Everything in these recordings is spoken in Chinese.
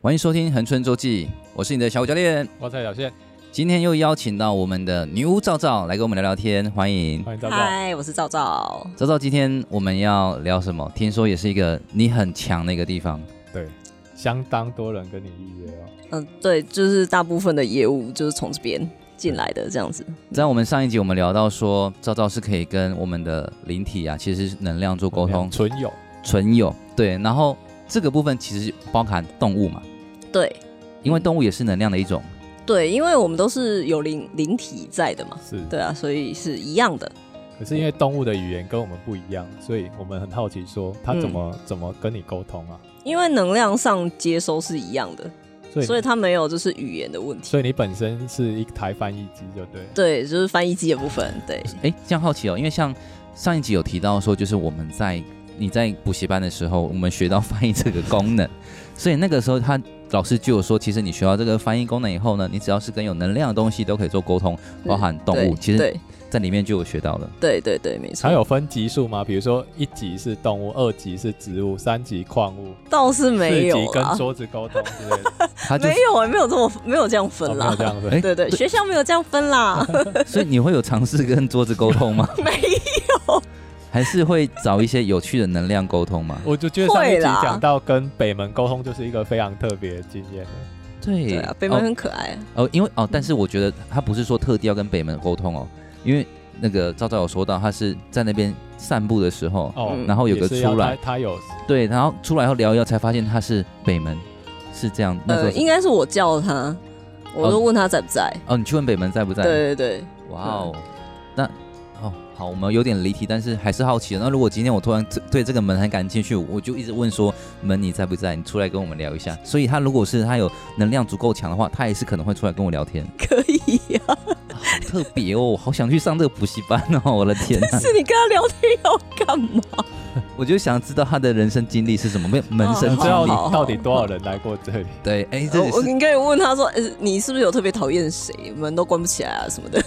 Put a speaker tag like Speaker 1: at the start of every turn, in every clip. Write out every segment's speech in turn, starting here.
Speaker 1: 欢迎收听《恒春周记》，我是你的小虎教练。
Speaker 2: 我蔡小谢，
Speaker 1: 今天又邀请到我们的女巫赵赵来跟我们聊聊天，欢迎
Speaker 2: 欢迎赵赵。
Speaker 3: 嗨，我是赵赵，
Speaker 1: 赵赵。今天我们要聊什么？听说也是一个你很强的一个地方，
Speaker 2: 对，相当多人跟你预约哦。
Speaker 3: 嗯、对，就是大部分的业务就是从这边进来的这样子，
Speaker 1: 在我们上一集我们聊到说，赵赵是可以跟我们的灵体啊，其实是能量做沟通，
Speaker 2: 纯友，
Speaker 1: 纯友对，然后这个部分其实包含动物嘛，
Speaker 3: 对
Speaker 1: 因为动物也是能量的一种。
Speaker 3: 对，因为我们都是有灵灵体在的嘛，
Speaker 2: 是。
Speaker 3: 对啊，所以是一样的，
Speaker 2: 可是因为动物的语言跟我们不一样，所以我们很好奇说它怎么、
Speaker 3: 嗯
Speaker 2: 怎么跟你沟通啊？
Speaker 3: 因为能量上接收是一样的，
Speaker 2: 所以
Speaker 3: 所以它没有就是语言的问题，
Speaker 2: 所以你本身是一台翻译机，就对。
Speaker 3: 对，就是翻译机的部分，对，
Speaker 1: 哎，这样好奇哦，因为像上一集有提到说，就是我们在你在补习班的时候，我们学到翻译这个功能，所以那个时候他老师就有说，其实你学到这个翻译功能以后呢，你只要是跟有能量的东西都可以做沟通，包含动
Speaker 3: 嗯对
Speaker 1: 物，其实
Speaker 3: 对
Speaker 1: 在里面就有学到了。
Speaker 3: 对对对，没错
Speaker 2: 它，有分级数吗？比如说一级是动物，二级是植物，三级矿物，
Speaker 3: 倒是没
Speaker 2: 四
Speaker 3: 有啊
Speaker 2: 级跟
Speaker 3: 啦，
Speaker 2: 桌子沟通之类 的。
Speaker 1: 他就
Speaker 3: 没有啊、没有这么没有这样
Speaker 2: 哦
Speaker 3: 分
Speaker 2: 没
Speaker 3: 啦
Speaker 2: 有，这样
Speaker 1: 哎
Speaker 2: 子。
Speaker 3: 对对，学校没有这样分 啦，
Speaker 1: 所以你会有尝试跟桌子沟通吗？
Speaker 3: 没
Speaker 1: 还是会找一些有趣的能量沟通吗？
Speaker 2: 我就觉得上一
Speaker 3: 会
Speaker 2: 集
Speaker 3: 啦
Speaker 2: 讲到跟北门沟通就是一个非常特别的经验了。
Speaker 1: 对
Speaker 3: 对啊，北门很可爱，
Speaker 1: 哦哦，因为哦，但是我觉得他不是说特地要跟北门沟通哦，因为那个赵赵有说到，他是在那边散步的时候，
Speaker 2: 哦，
Speaker 3: 嗯
Speaker 1: 然后有
Speaker 2: 也
Speaker 1: 个
Speaker 2: 是要
Speaker 1: 出来
Speaker 2: 它，它有
Speaker 1: 对，然后出来后聊一聊，才发现他是北门，是这样。那时候
Speaker 3: 呃，
Speaker 1: 是、
Speaker 3: 应该是我叫他，我就问他在不在，
Speaker 1: 哦，你去问北门在不在？，
Speaker 3: 对对对。
Speaker 1: 哇哦，那哦好，我们有点离题，但是还是好奇的。那如果今天我突然这对这个门很感兴趣，我就一直问说门你在不在？你出来跟我们聊一下。所以他如果是他有能量足够强的话，他也是可能会出来跟我聊 天。
Speaker 3: 可以啊呀、
Speaker 1: 好特别哦，好想去上这个补习班哦！我的天 呐、
Speaker 3: 是你跟他聊天要干嘛？
Speaker 1: 我就想知道他的人生经历是什么，没有门生经
Speaker 3: 哦
Speaker 2: 知
Speaker 1: 历。
Speaker 2: 道
Speaker 3: 好
Speaker 2: 到底多少人来过这里。
Speaker 1: 对，哎，这
Speaker 3: 我
Speaker 1: 也
Speaker 3: 我
Speaker 1: 是
Speaker 3: 应该问他说、呃你是不是有特别讨厌谁？门都关不起来啊什么的。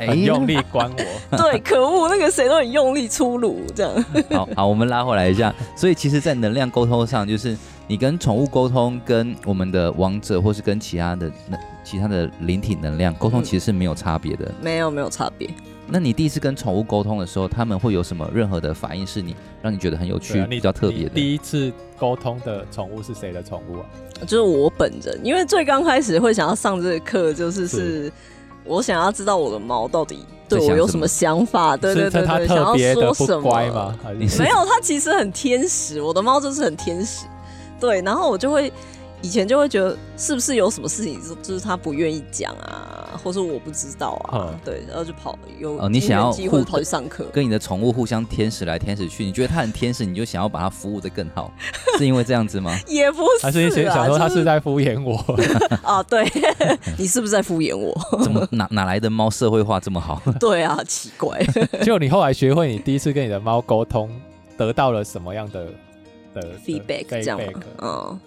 Speaker 1: 哎
Speaker 2: 很用力关 我。
Speaker 3: 对，可恶，那个谁都很用力出炉这样。
Speaker 1: 好 好，我们拉回来一下。所以其实，在能量沟通上，就是你跟宠物沟通，跟我们的王者或是跟其他的那其他的灵体能量沟通，
Speaker 3: 嗯
Speaker 1: 其实是没有差别的。
Speaker 3: 没有没有差别。
Speaker 1: 那你第一次跟宠物沟通的时候，他们会有什么任何的反应是你让你觉得很有趣、
Speaker 2: 对啊你
Speaker 1: 比较特别
Speaker 2: 你
Speaker 1: 的？
Speaker 2: 第一次沟通的宠物是谁的宠物啊？
Speaker 3: 就是我本人，因为最刚开始会想要上这个课，就是
Speaker 2: 是
Speaker 3: 是我想要知道我的猫到底对
Speaker 1: 在想
Speaker 3: 我有
Speaker 1: 什
Speaker 3: 什
Speaker 1: 么
Speaker 3: 么想法，对对
Speaker 2: 是
Speaker 3: 对
Speaker 2: 它
Speaker 3: 对，想
Speaker 2: 特
Speaker 3: 要
Speaker 2: 别的
Speaker 3: 说什
Speaker 2: 不
Speaker 3: 么？
Speaker 2: 乖吗？还
Speaker 1: 你是
Speaker 3: 没有，它其实很天使，我的猫就是很天使。对，然后我就会以前就会觉得是不是有什么事情就就是它不愿意讲啊，或是我不知道啊，
Speaker 2: 嗯
Speaker 3: 对，然后就跑有
Speaker 1: 哦你想要
Speaker 3: 机会
Speaker 1: 互
Speaker 3: 跑去上课。
Speaker 1: 跟你的宠物互相天使来天使去，你觉得它很天使，你就想要把它服务的更好，是因为这样子 吗？
Speaker 3: 也不
Speaker 2: 还
Speaker 3: 是
Speaker 2: 是
Speaker 3: 啊，
Speaker 2: 你想想说它
Speaker 3: 就是
Speaker 2: 在敷衍我？
Speaker 3: 啊，对，你是不是在敷衍我？
Speaker 1: 怎么哪哪来的猫社会化这么好？
Speaker 3: 对啊，奇怪，
Speaker 2: 就你后来学会，你第一次跟你的猫沟通，得到了什么样的的的
Speaker 3: feedback 这样吗
Speaker 2: feedback？？
Speaker 3: 嗯，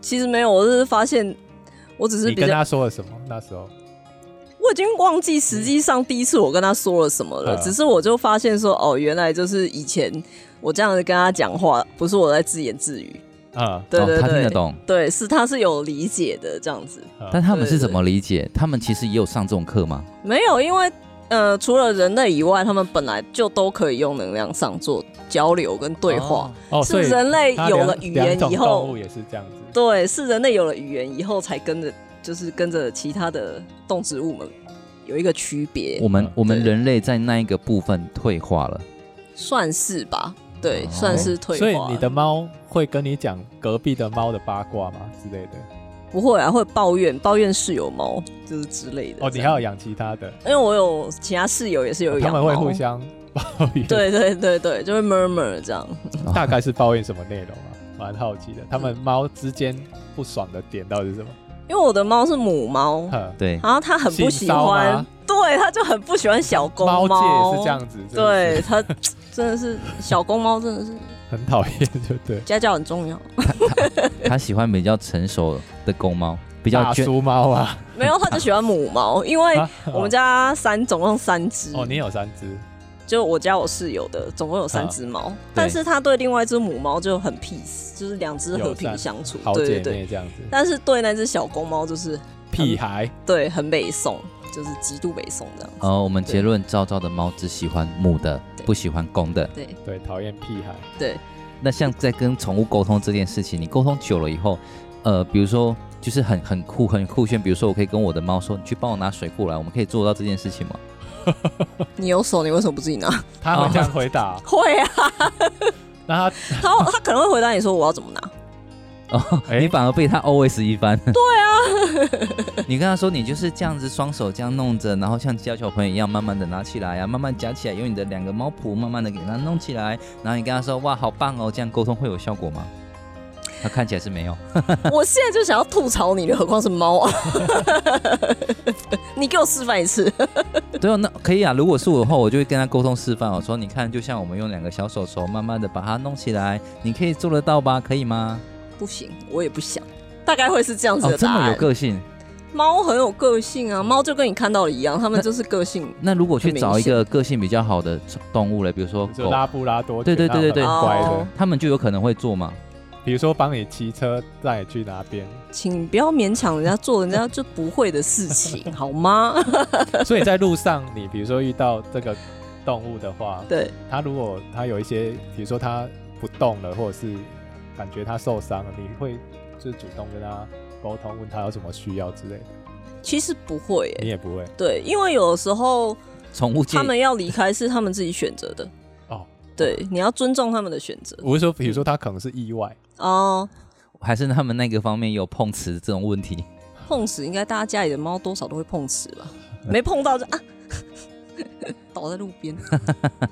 Speaker 3: 其实没有，我是发现，我只是
Speaker 2: 你
Speaker 3: 比
Speaker 2: 跟
Speaker 3: 较，
Speaker 2: 它说了什么？那时候
Speaker 3: 我已经忘记实际上第一次我跟他说了什么了，
Speaker 2: 嗯
Speaker 3: 只是我就发现说，哦，原来就是以前我这样子跟他讲话，不是我在自言自语，
Speaker 2: 啊，
Speaker 3: 对
Speaker 1: 哦，
Speaker 3: 对
Speaker 1: 它听得
Speaker 3: 对，
Speaker 1: 懂，
Speaker 3: 对，是他是有理解的这样子，
Speaker 1: 但他们是
Speaker 3: 对对
Speaker 1: 怎么理解？他们其实也有上这种课吗？
Speaker 3: 没有，因为。呃，除了人类以外，他们本来就都可以用能量上做交流跟对话。
Speaker 2: 哦，所
Speaker 3: 是
Speaker 2: 以
Speaker 3: 人类
Speaker 2: 它
Speaker 3: 有
Speaker 2: 两
Speaker 3: 了语
Speaker 2: 两
Speaker 3: 言
Speaker 2: 种
Speaker 3: 以后
Speaker 2: 动物，也是这样子。
Speaker 3: 对，是人类有了语言以后，才跟着就是跟着其他的动植物们有一个区别
Speaker 1: 我，们
Speaker 2: 嗯
Speaker 1: 我们
Speaker 3: 对
Speaker 1: 人类在那一个部分退化了。
Speaker 3: 算是吧？对，
Speaker 1: 哦
Speaker 3: 算是退化。
Speaker 2: 所以你的猫会跟你讲隔壁的猫的八卦吗之类的？
Speaker 3: 不会啊，会抱怨抱怨室友猫就是之类的。
Speaker 2: 哦，你还有，养其他的，哦
Speaker 3: 因为我有其他室友也是有
Speaker 2: 他
Speaker 3: 养猫，
Speaker 2: 们会互相抱怨。
Speaker 3: 对对对对，就会 murmur 这样。
Speaker 2: 大概是抱怨什么内容啊？蛮好奇的，他们猫之间不爽的点到底是 什么？
Speaker 3: 因为我的猫是母猫，
Speaker 2: 哼
Speaker 1: 对，
Speaker 3: 然后它很不喜
Speaker 2: 性骚
Speaker 3: 欢
Speaker 2: 吗，
Speaker 3: 对，它就很不喜欢小公
Speaker 2: 猫界也是这样子，是不是
Speaker 3: 对，它真的是小公猫，真的是
Speaker 2: 很讨厌，对不对？
Speaker 3: 家教很重要。
Speaker 1: 他喜欢比较成熟的公 猫，比较
Speaker 2: 大
Speaker 1: 倔。
Speaker 2: 叔猫啊，
Speaker 3: 没有，他就喜欢母猫，因为
Speaker 2: 啊
Speaker 3: 我们家三总共三只。
Speaker 2: 哦哦，你有三只，
Speaker 3: 就我家我室友的，总共有三
Speaker 2: 啊
Speaker 3: 只猫，但是他对另外一只母猫就很 peace，就是两只和平相处，
Speaker 2: 好
Speaker 3: 对
Speaker 2: 姐
Speaker 3: 对对。
Speaker 2: 妹这样子，
Speaker 3: 但是对那只小公猫就是
Speaker 2: 屁孩，
Speaker 3: 对很北宋，就是极度北宋这样子。
Speaker 1: 呃，我们结论：赵赵的猫只喜欢母的，
Speaker 3: 对
Speaker 1: 不喜欢公的。
Speaker 3: 对
Speaker 2: 对，讨厌屁孩，
Speaker 3: 对，
Speaker 1: 那像在跟宠物沟通这件事情，你沟通久了以后，呃，比如说就是很很酷很酷炫，比如说我可以跟我的猫说，你去帮我拿水库来，我们可以做到这件事情吗？
Speaker 3: 你有手，你为什么不自己拿？
Speaker 2: 他会这样回答，
Speaker 3: 会啊，
Speaker 2: 那他
Speaker 3: 他他可能会回答你说我要怎么拿，
Speaker 1: 哦，
Speaker 2: 哎
Speaker 1: 你反而被它 always 一番。对 啊，你跟他说你就是这样子，双手这样弄着，然后像教小朋友一样，慢慢的拿起来啊，慢慢夹起来，用你的两个猫扑，慢慢的给它弄起来，然后你跟他说哇，好棒哦，这样沟通会有效果吗？他看起来是没有。
Speaker 3: 我现在就想要吐槽你了，何况是猫啊！ 你给我示范一次，
Speaker 1: 对啊，那可以啊。如果是我的话，我就会跟他沟通示范，我说：“你看，就像我们用两个小手手，慢慢的把它弄起来，你可以做得到吧？可以吗
Speaker 3: 不行，我也不想，大概会是这样？”子
Speaker 1: 哦，
Speaker 3: 的
Speaker 1: 这
Speaker 3: 答
Speaker 1: 么
Speaker 3: 案。
Speaker 1: 有个性。
Speaker 3: 猫很有个性啊，猫就跟你看到的一样，它们就是个性。
Speaker 1: 那如果去
Speaker 3: 很明
Speaker 1: 找一个个性比较好的动物嘞，比如说
Speaker 2: 就
Speaker 1: 狗，
Speaker 2: 拉布拉多，
Speaker 1: 对对对对对
Speaker 2: 很乖的
Speaker 3: 哦，
Speaker 1: 他们就有可能会做嘛。
Speaker 2: 比如说帮你骑车带你去哪边，
Speaker 3: 请不要勉强人家做人家就不会的事情，好吗？
Speaker 2: 所以在路上你比如说遇到这个动物的话，
Speaker 3: 对，
Speaker 2: 它如果它有一些，比如说它不动了，或者是感觉它受伤了，你会就是主动跟它沟通，问它有什么需要之类的，
Speaker 3: 其实不会、
Speaker 2: 你
Speaker 3: 欸，
Speaker 2: 也不会
Speaker 3: 对，因为有的时候
Speaker 1: 宠物界
Speaker 3: 他们要离开是他们自己选择的，
Speaker 2: 哦。
Speaker 3: 对，你要尊重他们的选择
Speaker 2: 我是说，比如说它可能是意外，
Speaker 3: 哦。
Speaker 1: 还是他们那个方面有碰瓷这种问题。
Speaker 3: 碰瓷应该大家家里的猫多少都会碰瓷吧，没碰到就啊， 倒在路边。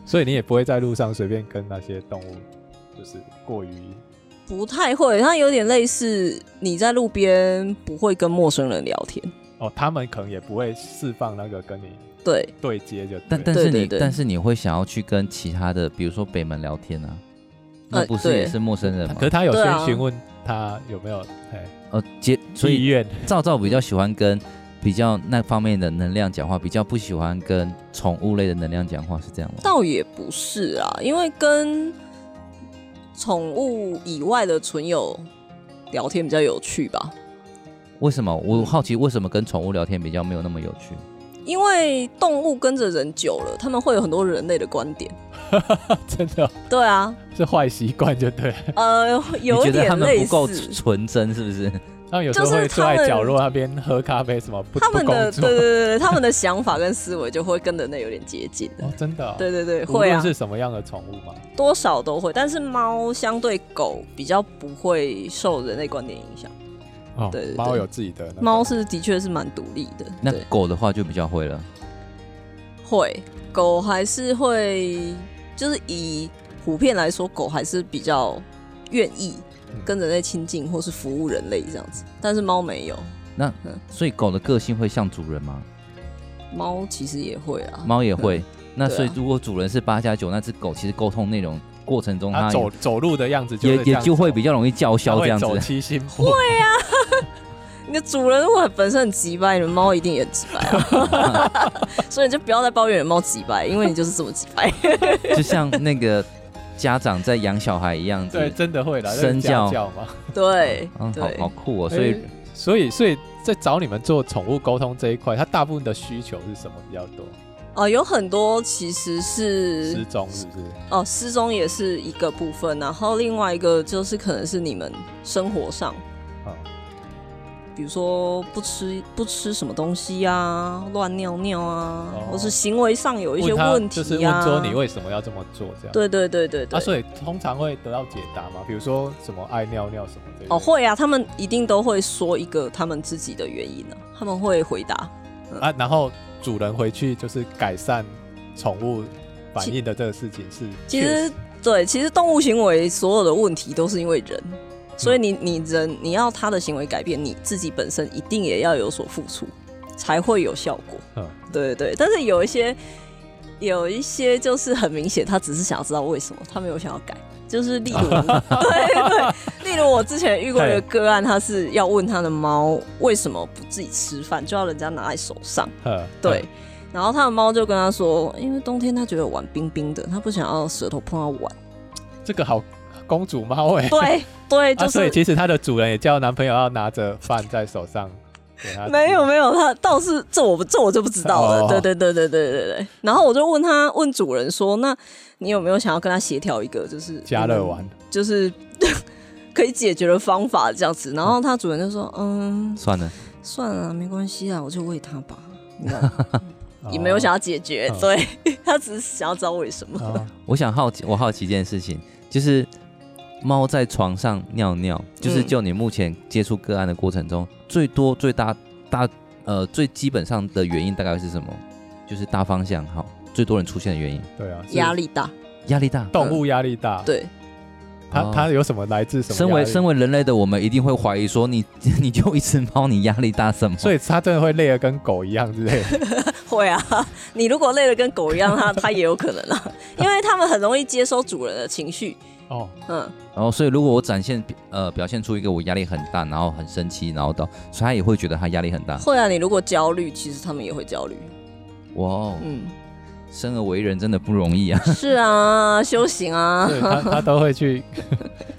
Speaker 2: 所以你也不会在路上随便跟那些动物就是过于
Speaker 3: 不太会，它有点类似你在路边不会跟陌生人聊天，
Speaker 2: 哦，他们可能也不会释放那个跟你
Speaker 3: 对，
Speaker 2: 对接就对
Speaker 1: 但但
Speaker 2: 了
Speaker 1: 是你
Speaker 3: 对对对
Speaker 1: 但是你会想要去跟其他的，比如说北门聊天啊，那
Speaker 3: 呃
Speaker 1: 不是
Speaker 3: 对
Speaker 1: 也是陌生人吗
Speaker 2: 可？是他有
Speaker 3: 对啊
Speaker 2: 先询问他有没有哎
Speaker 1: 呃，结所以
Speaker 2: 意愿，
Speaker 1: 赵赵比较喜欢跟比较那方面的能量讲话，比较不喜欢跟宠物类的能量讲话，是这样吗？
Speaker 3: 倒也不是啊，因为跟宠物以外的纯友聊天比较有趣吧。
Speaker 1: 为什么？我好奇为什么跟宠物聊天比较没有那么有趣？
Speaker 3: 因为动物跟着人久了，他们会有很多人类的观点。
Speaker 2: 真的
Speaker 3: 对啊，
Speaker 2: 是坏习惯就对了。
Speaker 3: 呃，
Speaker 1: 你
Speaker 3: 有一
Speaker 1: 觉得他
Speaker 3: 点
Speaker 1: 们
Speaker 3: 类
Speaker 1: 不够
Speaker 3: 似
Speaker 1: 纯真，是不是？
Speaker 2: 他们有时候会坐
Speaker 3: 就是他
Speaker 2: 在
Speaker 3: 们
Speaker 2: 角落那边喝咖啡，什么不
Speaker 3: 他们
Speaker 2: 不工
Speaker 3: 的，对
Speaker 2: 作
Speaker 3: 对对对，他们的想法跟思维就会跟人类有点接近的。
Speaker 2: 哦，真的哦、
Speaker 3: 对对对，
Speaker 2: 无
Speaker 3: 会
Speaker 2: 论
Speaker 3: 啊，
Speaker 2: 是什么样的宠物嘛，
Speaker 3: 多少都会，但是猫相对狗比较不会受人类观点影响，
Speaker 2: 哦
Speaker 3: 对对对
Speaker 2: 猫有自己的那个
Speaker 3: 猫是的确是蛮独立的。
Speaker 1: 那
Speaker 3: 对
Speaker 1: 狗的话就比较会了。
Speaker 3: 会，狗还是会，就是以普遍来说，狗还是比较愿意
Speaker 1: 嗯
Speaker 3: 跟人类亲近或是服务人类这样子，但是猫没有，
Speaker 1: 所以狗的个性会像主人吗？
Speaker 3: 猫其实也会啊，
Speaker 1: 猫也会。那
Speaker 3: 对啊
Speaker 1: 所以如果主人是八加九，那只狗其实沟通内容过程中
Speaker 2: 它
Speaker 1: 它
Speaker 2: 走走路的样子就
Speaker 1: 也
Speaker 2: 是这
Speaker 1: 也
Speaker 2: 样子
Speaker 1: 就会比较容易叫
Speaker 2: 它
Speaker 1: 嚣
Speaker 2: 会
Speaker 1: 这样子
Speaker 2: 走。七星会
Speaker 3: 啊你的主人如果本身很急掰，你的猫一定也很急掰 啊，所以你就不要再抱怨你的猫急掰，因为你就是这么急 掰。
Speaker 1: 就像那个家长在养小孩一样子。
Speaker 2: 对，真的会啦，
Speaker 1: 身
Speaker 2: 教
Speaker 1: 教
Speaker 2: 教嘛。
Speaker 3: 对
Speaker 1: 嗯，好
Speaker 3: 对
Speaker 1: 好，酷哦。所以
Speaker 2: 哎所以所以在找你们做宠物沟通这一块，它大部分的需求是什么比较多？
Speaker 3: 哦，有很多其实是
Speaker 2: 失踪是不是？
Speaker 3: 哦，失踪也是一个部分，然后另外一个就是可能是你们生活上，
Speaker 2: 嗯
Speaker 3: 比如说不吃不吃什么东西啊，乱尿尿啊，
Speaker 2: 哦
Speaker 3: 或是行为上有一些
Speaker 2: 他
Speaker 3: 问题、
Speaker 2: 就
Speaker 3: 啊、
Speaker 2: 是问说你为什么要这么做这样？
Speaker 3: 对对对对对。
Speaker 2: 啊，所以通常会得到解答吗？比如说什么爱尿尿什么这
Speaker 3: 哦，
Speaker 2: 种。
Speaker 3: 会啊，他们一定都会说一个他们自己的原因啊，他们会回答。
Speaker 2: 啊，然后主人回去就是改善宠物反应的这个事情是
Speaker 3: 其
Speaker 2: 确
Speaker 3: 实对，其实动物行为所有的问题都是因为人，所以你你人你要他的行为改变，你自己本身一定也要有所付出，才会有效果。
Speaker 2: 嗯
Speaker 3: 对对对，但是有一些有一些就是很明显，他只是想要知道为什么，他没有想要改。就是例如，对对，例如我之前遇过一个个案，他是要问他的猫为什么不自己吃饭，就要人家拿在手上。
Speaker 2: 呵啊
Speaker 3: 对，，然后他的猫就跟他说，因为冬天他觉得碗冰冰的，他不想要舌头碰到碗。
Speaker 2: 这个好公主猫哎、
Speaker 3: 对对，就
Speaker 2: 啊，所以
Speaker 3: 是、
Speaker 2: 其实她的主人也叫男朋友要拿着饭在手上给她。
Speaker 3: 没有没有，他倒是这我不这我就不知道了。
Speaker 2: 哦
Speaker 3: 对对对对对对对。然后我就问他问主人说，那你有没有想要跟他协调一个就是
Speaker 2: 加热碗，
Speaker 3: 就是 可以解决的方法这样子？然后他主人就说，嗯，
Speaker 1: 算了，
Speaker 3: 算了，没关系啊，我就喂它吧。你知道吗也
Speaker 2: 哦
Speaker 3: 没有想要解决，
Speaker 2: 哦
Speaker 3: 对 他只是想要知道为什 么。
Speaker 2: 哦
Speaker 1: 我想好奇，我好奇一件事情，就是猫在床上尿尿，就是
Speaker 3: 嗯
Speaker 1: 就你目前接触个案的过程中，最多最大大呃最基本上的原因大概是什么？就是大方向好，最多人出现的原因，
Speaker 2: 对啊，是
Speaker 3: 压力大，
Speaker 1: 压力大。
Speaker 2: 动物压力大，
Speaker 3: 对，
Speaker 2: 它
Speaker 1: 哦
Speaker 2: 它有什么来自什么？
Speaker 1: 身为身，为人类的我们，一定会怀疑说你 你就一只猫，你压力大什么？
Speaker 2: 所以它真的会累得跟狗一样之类 的。
Speaker 3: 会啊。 你如果累得跟狗一样，它它也有可能啊， 因为它们很容易接收主人的情绪。
Speaker 2: 哦，
Speaker 3: 嗯，
Speaker 1: 然后所以如果我展现呃表现出一个我压力很大，然后很生气，然后到，所以他也会觉得他压力很大。
Speaker 3: 会啊。你如果焦虑，其实它们也会焦虑。
Speaker 1: 哇、哦，
Speaker 3: 嗯，
Speaker 1: 生而为人真的不容 易啊！
Speaker 3: 是啊，修行啊。
Speaker 2: 对，它它都会去。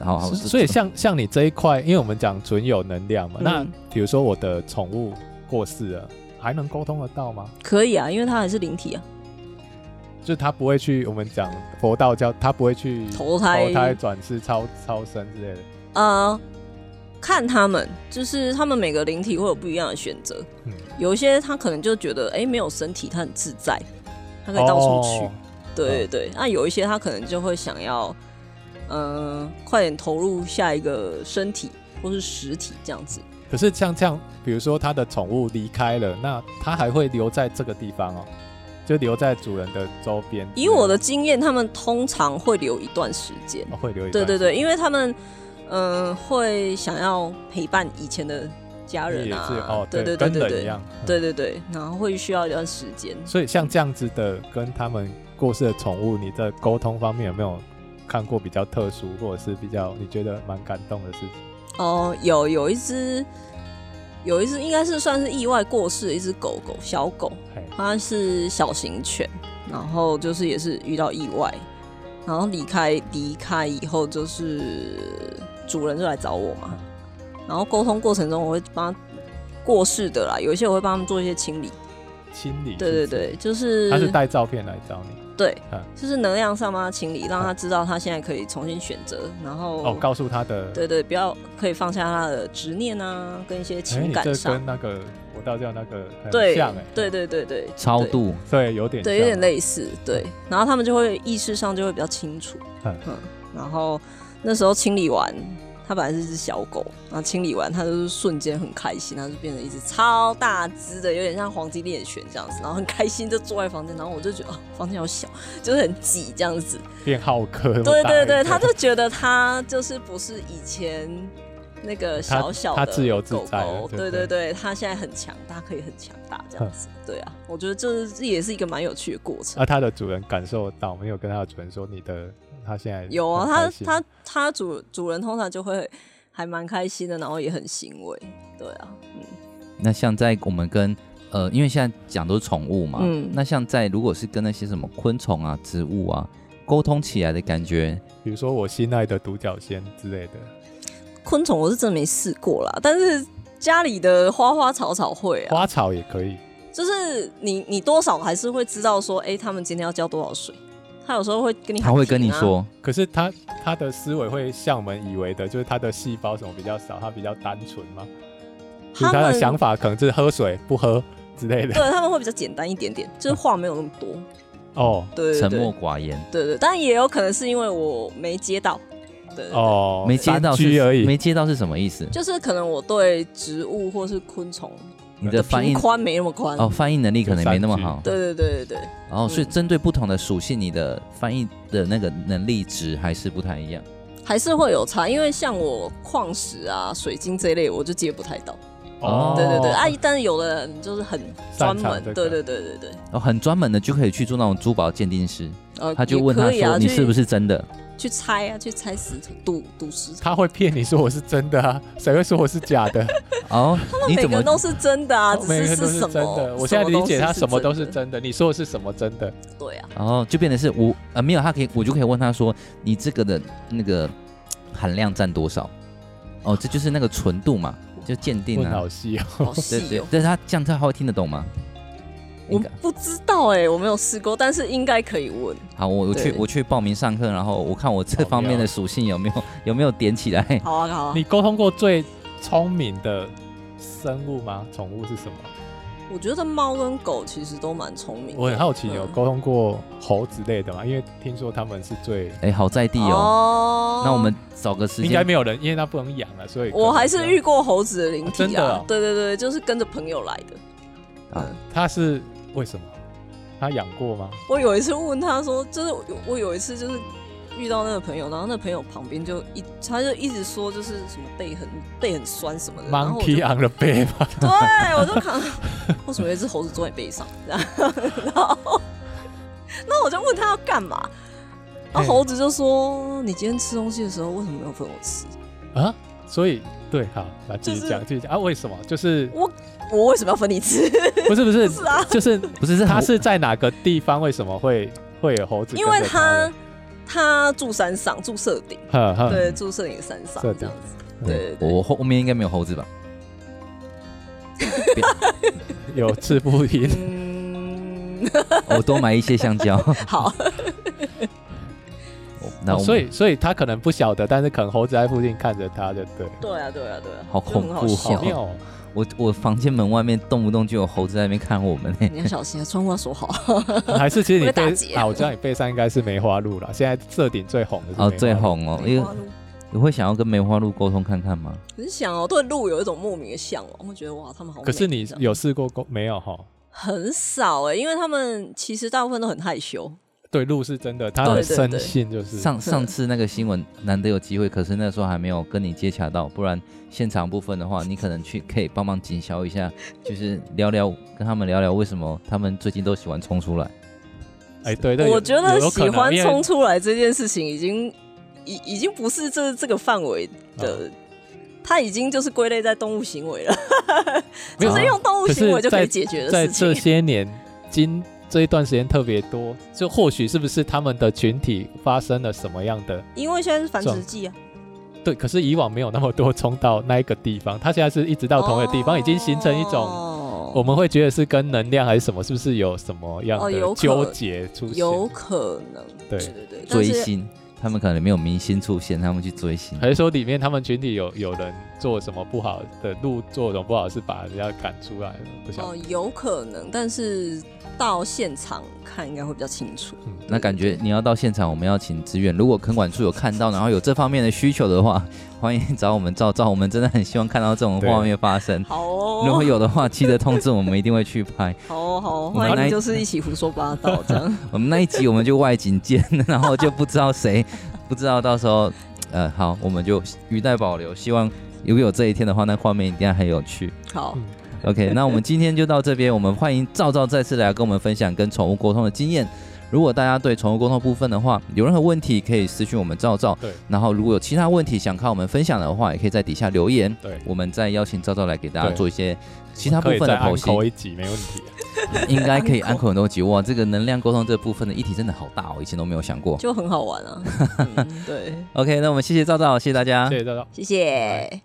Speaker 1: 好，好
Speaker 2: 所以像像你这一块，因为我们讲准有能量嘛，
Speaker 3: 嗯
Speaker 2: 那比如说我的宠物过世了，还能沟通得到吗？
Speaker 3: 可以啊，因为它还是灵体啊，
Speaker 2: 就是它不会去我们讲佛道教，它不会去
Speaker 3: 投胎
Speaker 2: 投胎转世、超超生之类的。
Speaker 3: 呃，看他们，就是他们每个灵体会有不一样的选择。
Speaker 2: 嗯
Speaker 3: 有一些他可能就觉得，哎、没有身体，他很自在，他可以到处去。
Speaker 2: 哦
Speaker 3: 对对对，那、有一些他可能就会想要，嗯、快点投入下一个身体或是实体这样子。
Speaker 2: 可是像这样，比如说他的宠物离开了，那他还会留在这个地方哦，就留在主人的周边。
Speaker 3: 以我的经验，他们通常会留一段时间。
Speaker 2: 哦、会留一
Speaker 3: 对
Speaker 2: 段
Speaker 3: 对对，因
Speaker 2: 为
Speaker 3: 为他们嗯、呃会想要陪伴以前的家人
Speaker 2: 也
Speaker 3: 啊，
Speaker 2: 是哦，
Speaker 3: 对对对
Speaker 2: 跟
Speaker 3: 对
Speaker 2: 人一
Speaker 3: 对
Speaker 2: 样。嗯，
Speaker 3: 对对对，然后会需要一段时间。
Speaker 2: 所以像这样子的跟他们过世的宠物，你在沟通方面有没有看过比较特殊，或者是比较你觉得蛮感动的事情？
Speaker 3: 哦，有有一只，有一只应该是算是意外过世的一只狗狗，小狗，
Speaker 2: 嘿，
Speaker 3: 它是小型犬，然后就是也是遇到意外，然后离开离开以后，就是主人就来找我嘛，然后沟通过程中我会帮它过世的啦，有一些我会帮他们做一些清理，
Speaker 2: 清理。
Speaker 3: 对对，对，就是
Speaker 2: 他是带照片来找你
Speaker 3: 对
Speaker 2: 嗯，
Speaker 3: 就是能量上帮它清理，让它
Speaker 2: 嗯
Speaker 3: 知道它现在可以重新选择，然后
Speaker 2: 哦，告诉他的。
Speaker 3: 对对，不要可以放下他的执念啊，跟一些
Speaker 2: 哎，
Speaker 3: 情
Speaker 2: 你
Speaker 3: 感
Speaker 2: 这
Speaker 3: 上，
Speaker 2: 跟那个佛道教那个很
Speaker 3: 对
Speaker 2: 像哎，
Speaker 3: 对对对对，
Speaker 1: 超
Speaker 3: 对，
Speaker 1: 度，
Speaker 2: 对，有点
Speaker 3: 对，有点
Speaker 2: 像
Speaker 3: 类似，对。然后他们就会意识上就会比较清楚，
Speaker 2: 嗯
Speaker 3: 嗯然后那时候清理完，它本来是只小狗，然后清理完它就是瞬间很开心，它就变成一只超大只的，有点像黄金猎犬这样子，然后很开心就坐在房间，然后我就觉得啊，房间好小，就是很挤这样子，
Speaker 2: 变好客。
Speaker 3: 对对对，
Speaker 2: 他
Speaker 3: 他就觉得他就是不是以前那个小小的
Speaker 2: 他自由自在了
Speaker 3: 狗狗
Speaker 2: 对
Speaker 3: 对
Speaker 2: 对
Speaker 3: 对对，他现在很强大，可以很强大这样子。对啊，我觉得这这也是一个蛮有趣的过 程。
Speaker 2: 啊，它的主人感受到没有？跟它的主人说你的，它现在
Speaker 3: 有啊，
Speaker 2: 很
Speaker 3: 他
Speaker 2: 开心
Speaker 3: 他他主主人通常就会还蛮开心的，然后也很欣慰。对啊，
Speaker 1: 那像在我们跟呃，因为现在讲都是宠物嘛，
Speaker 3: 嗯
Speaker 1: 那像在如果是跟那些什么昆虫啊、植物啊沟通起来的感觉，
Speaker 2: 比如说我心爱的独角仙之类的，
Speaker 3: 昆虫我是真没试过啦，但是家里的花花草草会啊，
Speaker 2: 花草也可以。
Speaker 3: 就是你你多少还是会知道说，哎、他们今天要浇多少水。他有时候会跟你喊停啊、
Speaker 1: 他会跟你说，
Speaker 2: 可是它它的思维会像我们以为的，就是它的细胞什么比较少，它比较单纯吗？就是
Speaker 3: 他
Speaker 2: 它
Speaker 3: 们
Speaker 2: 的想法可能就是喝水不喝之类的。
Speaker 3: 对，他们会比较简单一点点，就是话没有那么多。
Speaker 2: 哦
Speaker 3: 对对
Speaker 1: 沉
Speaker 3: 对
Speaker 1: 默寡言，
Speaker 3: 对对，但也有可能是因为我没接到，对对对
Speaker 2: 哦，
Speaker 1: 没接到
Speaker 2: 三 G
Speaker 1: 是
Speaker 2: 而已。
Speaker 1: 没接到是什么意思？
Speaker 3: 就是可能我对植物或是昆虫
Speaker 1: 你的翻
Speaker 3: 频
Speaker 1: 译
Speaker 3: 宽没那么宽。
Speaker 1: 哦，翻译能力可能没那么好，
Speaker 2: 就
Speaker 3: 对对对对对，
Speaker 1: 然后、哦、所以
Speaker 3: 嗯
Speaker 1: 针对不同的属性，你的翻译的那个能力值还是不太一样。
Speaker 3: 还是会有差，因为像我矿石啊、水晶这一类，我就接不太到。
Speaker 1: 哦
Speaker 3: 对对对，啊，但是有的人就是很专门，
Speaker 2: 擅长这个
Speaker 3: 对对对对对，
Speaker 1: 哦，很专门的就可以去做那种珠宝鉴定师，
Speaker 3: 呃，
Speaker 1: 他就
Speaker 3: 也
Speaker 1: 问他
Speaker 3: 可以
Speaker 1: 说、
Speaker 3: 啊，
Speaker 1: 你是不
Speaker 3: 是？
Speaker 1: 是真的？
Speaker 3: 去猜啊，去猜石头，赌赌石头。
Speaker 2: 他会骗你说我是真的啊，谁会说我是假 的？
Speaker 1: 哦，你
Speaker 3: 每
Speaker 1: 怎么
Speaker 3: 个人都是真的啊，只
Speaker 2: 哦每个
Speaker 3: 是
Speaker 2: 人都
Speaker 3: 什
Speaker 2: 真的。
Speaker 3: 么？
Speaker 2: 我现在理解他什么都是
Speaker 3: 真的，
Speaker 2: 真的，你说的是什么真的？
Speaker 3: 对啊，
Speaker 1: 哦，就变得是我呃没有，他可以，我就可以问他说，你这个的那个含量占多少？哦，这就是那个纯度嘛，就鉴定
Speaker 2: 问
Speaker 1: 啊
Speaker 2: 好。细哦。
Speaker 3: 好
Speaker 1: 对
Speaker 3: 细
Speaker 1: 对
Speaker 3: 哦，。
Speaker 1: 但是他这样他会听得懂吗？
Speaker 3: 我
Speaker 1: 应该
Speaker 3: 不知道哎，我没有试过，但是应该可以问。
Speaker 1: 好，我我去
Speaker 3: 对
Speaker 1: 我去报名上课，然后我看我这
Speaker 2: 好
Speaker 1: 方面
Speaker 2: 妙啊
Speaker 1: 的属性有没有有没有点起来。
Speaker 3: 好啊，好啊
Speaker 2: 你，沟通过最聪明的生物吗？宠物是什么？
Speaker 3: 我觉得猫跟狗其实都蛮聪明的。
Speaker 2: 我很好奇，有
Speaker 3: 嗯
Speaker 2: 沟通过猴之类的吗？因为听说他们是最
Speaker 1: 哎，好在地哦。
Speaker 3: 哦
Speaker 1: 那我们找个时
Speaker 2: 应该
Speaker 1: 间，
Speaker 2: 没有人，因为它不能养啊，所以
Speaker 3: 我还是遇过猴子的灵体
Speaker 2: 啊
Speaker 3: 啊，
Speaker 2: 真的哦
Speaker 3: 对对对，就是跟着朋友来的。
Speaker 2: 它是为什么？它养过吗？
Speaker 3: 我有一次问他说，就是我我有一次就是遇到那个朋友，然后那朋友旁边就一他就一直说就是什么背很背很酸什么的，嗯然后我就
Speaker 2: Monkey on the bed 吗？
Speaker 3: 对我就看 为什么有一只猴子坐在背上，然后然后 那我就问他要干嘛，然后
Speaker 2: 嘿
Speaker 3: 啊猴子就说你今天吃东西的时候为什么没有分我吃？
Speaker 2: 啊，所以对，好，来继
Speaker 3: 就
Speaker 2: 续
Speaker 3: 是
Speaker 2: 讲，继续讲啊，为什么？就是
Speaker 3: 我为什么要分你吃？
Speaker 2: 不是不是
Speaker 3: 不，是啊，
Speaker 2: 就是
Speaker 1: 不是是
Speaker 2: 它
Speaker 1: 他
Speaker 2: 是在哪个地方？为什么会会有猴子
Speaker 3: 因
Speaker 2: 跟
Speaker 3: 为
Speaker 2: 着
Speaker 3: 他
Speaker 2: 它
Speaker 3: 他住山上，住社顶。
Speaker 2: 呢？呵呵，
Speaker 3: 对，住摄影山上
Speaker 2: 设
Speaker 3: 这
Speaker 2: 定
Speaker 3: 样子。
Speaker 2: 嗯
Speaker 3: 对对对，。
Speaker 1: 我后面应该没有猴子吧？
Speaker 2: 有吃不赢
Speaker 3: 嗯，
Speaker 1: 我多买一些香蕉。
Speaker 3: 好，
Speaker 1: 那我们
Speaker 2: 哦所以所以它可能不晓得，但是可能猴子在附近看着它，就对。
Speaker 3: 对啊，对啊，对啊，
Speaker 1: 好
Speaker 3: 就很
Speaker 1: 恐怖
Speaker 3: 笑
Speaker 2: 好
Speaker 1: 哦
Speaker 2: 妙哦，
Speaker 1: 我我房间门外面动不动就有猴子在那边看我们呢。 哦
Speaker 3: 你要小心啊，窗户要 锁好。
Speaker 2: 还是其实你
Speaker 3: 会打
Speaker 2: 背
Speaker 3: 结
Speaker 2: 啊，我知道你背上应该是梅花鹿了。现在设顶最红的是
Speaker 1: 哦，
Speaker 2: 梅
Speaker 1: 最
Speaker 2: 花鹿，
Speaker 1: 红哦，
Speaker 3: 梅
Speaker 1: 因
Speaker 3: 花
Speaker 1: 为
Speaker 3: 鹿
Speaker 1: 你会想要跟梅花鹿沟通看看吗？
Speaker 3: 很想哦，对鹿有一种莫名的向往，会觉得哇，他们好美。
Speaker 2: 可是你
Speaker 3: 这样
Speaker 2: 有试过沟没有哈？
Speaker 3: 很少哎，因为他们其实大部分都很害羞。
Speaker 2: 对，鹿是真的，它
Speaker 3: 对
Speaker 2: 的
Speaker 3: 对
Speaker 2: 生
Speaker 3: 对
Speaker 2: 性就是
Speaker 1: 上上次那个新闻难得有机会，可是那时候还没有跟你接洽到，不然现场部分的 话，你可能去可以帮忙警消一下，就是聊聊跟他们聊聊为什么他们最近都喜欢冲出来。
Speaker 2: 哎，对，对
Speaker 3: 我觉得喜欢
Speaker 2: 有有
Speaker 3: 冲，
Speaker 2: 可能因为啊
Speaker 3: 出来这件事情已经已已经不是这这个范围
Speaker 2: 啊
Speaker 3: 的。它已经就是归类在动物行为了，
Speaker 2: 没
Speaker 3: 就
Speaker 2: 有啊
Speaker 3: 是用动物
Speaker 2: 可
Speaker 3: 行为
Speaker 2: 是
Speaker 3: 就可以
Speaker 2: 在
Speaker 3: 解决的
Speaker 2: 在
Speaker 3: 事
Speaker 2: 这。
Speaker 3: 情
Speaker 2: 些年，今这一段时间特别多，就或许是不是他们的群体发生了什么样的？
Speaker 3: 因为现在是繁殖季啊，
Speaker 2: 对，可是以往没有那么多冲到那一个地方，它现在是一直到同一个地方，已经形成一
Speaker 3: 哦
Speaker 2: 种。我
Speaker 3: 种
Speaker 2: 们会觉得是跟能量还是什么，是不是有什么样
Speaker 3: 哦有
Speaker 2: 的
Speaker 3: 可
Speaker 2: 纠结出现？
Speaker 3: 有可能，
Speaker 2: 对
Speaker 3: 对对对，但
Speaker 1: 追
Speaker 3: 是
Speaker 1: 星，他们可能没有明星出现，他们去追星。
Speaker 2: 还是说里面他们群体有有人做什么不好的路，做什么不好是把人家赶出来了？不晓
Speaker 3: 哦
Speaker 2: 得。
Speaker 3: 有可能，但是到现场看应该会比较清楚。
Speaker 2: 嗯
Speaker 1: 那感觉你要到现场，我们要请支援。如果垦管处有看到，然后有这方面的需求的话，欢迎找我们照照。我们真的很希望看到这种画面发生。
Speaker 3: 好
Speaker 1: 如果
Speaker 3: 哦，
Speaker 1: 有的话，记得通知我们，一定会去拍。
Speaker 3: 好哦，好哦，
Speaker 1: 我们
Speaker 3: 欢
Speaker 1: 来
Speaker 3: 迎就是一起胡说八道这样。
Speaker 1: 我们那一集我们就外景见，然后就不知道谁， 不知道到时候，呃，好，我们就语带保留。希望如果有这一天的话，那画面一定很有趣。
Speaker 3: 好，
Speaker 1: OK，那我们今天就到这边，我们欢迎赵赵再次来跟我们分享跟宠物沟通的经验。如果大家对宠物沟通部分的话有任何问题，可以私讯我们赵赵。
Speaker 2: 对，
Speaker 1: 然后如果有其他问题想看我们分享的话，也可以在底下留言，
Speaker 2: 对，
Speaker 1: 我们再邀请赵赵来给大家
Speaker 2: 对
Speaker 1: 做一些其他部分
Speaker 2: 可
Speaker 1: 的
Speaker 2: 以再
Speaker 1: 剖
Speaker 2: 安口
Speaker 1: 析，
Speaker 2: 一集没问题。
Speaker 1: 应该可以安口很多集。哇，这个能量沟通这部分的议题真的好大哦，以前都没有想过。
Speaker 3: 就很好玩啊。嗯对，
Speaker 1: OK，那我们谢谢赵赵，谢谢大家，
Speaker 2: 谢谢大家。
Speaker 3: 谢谢。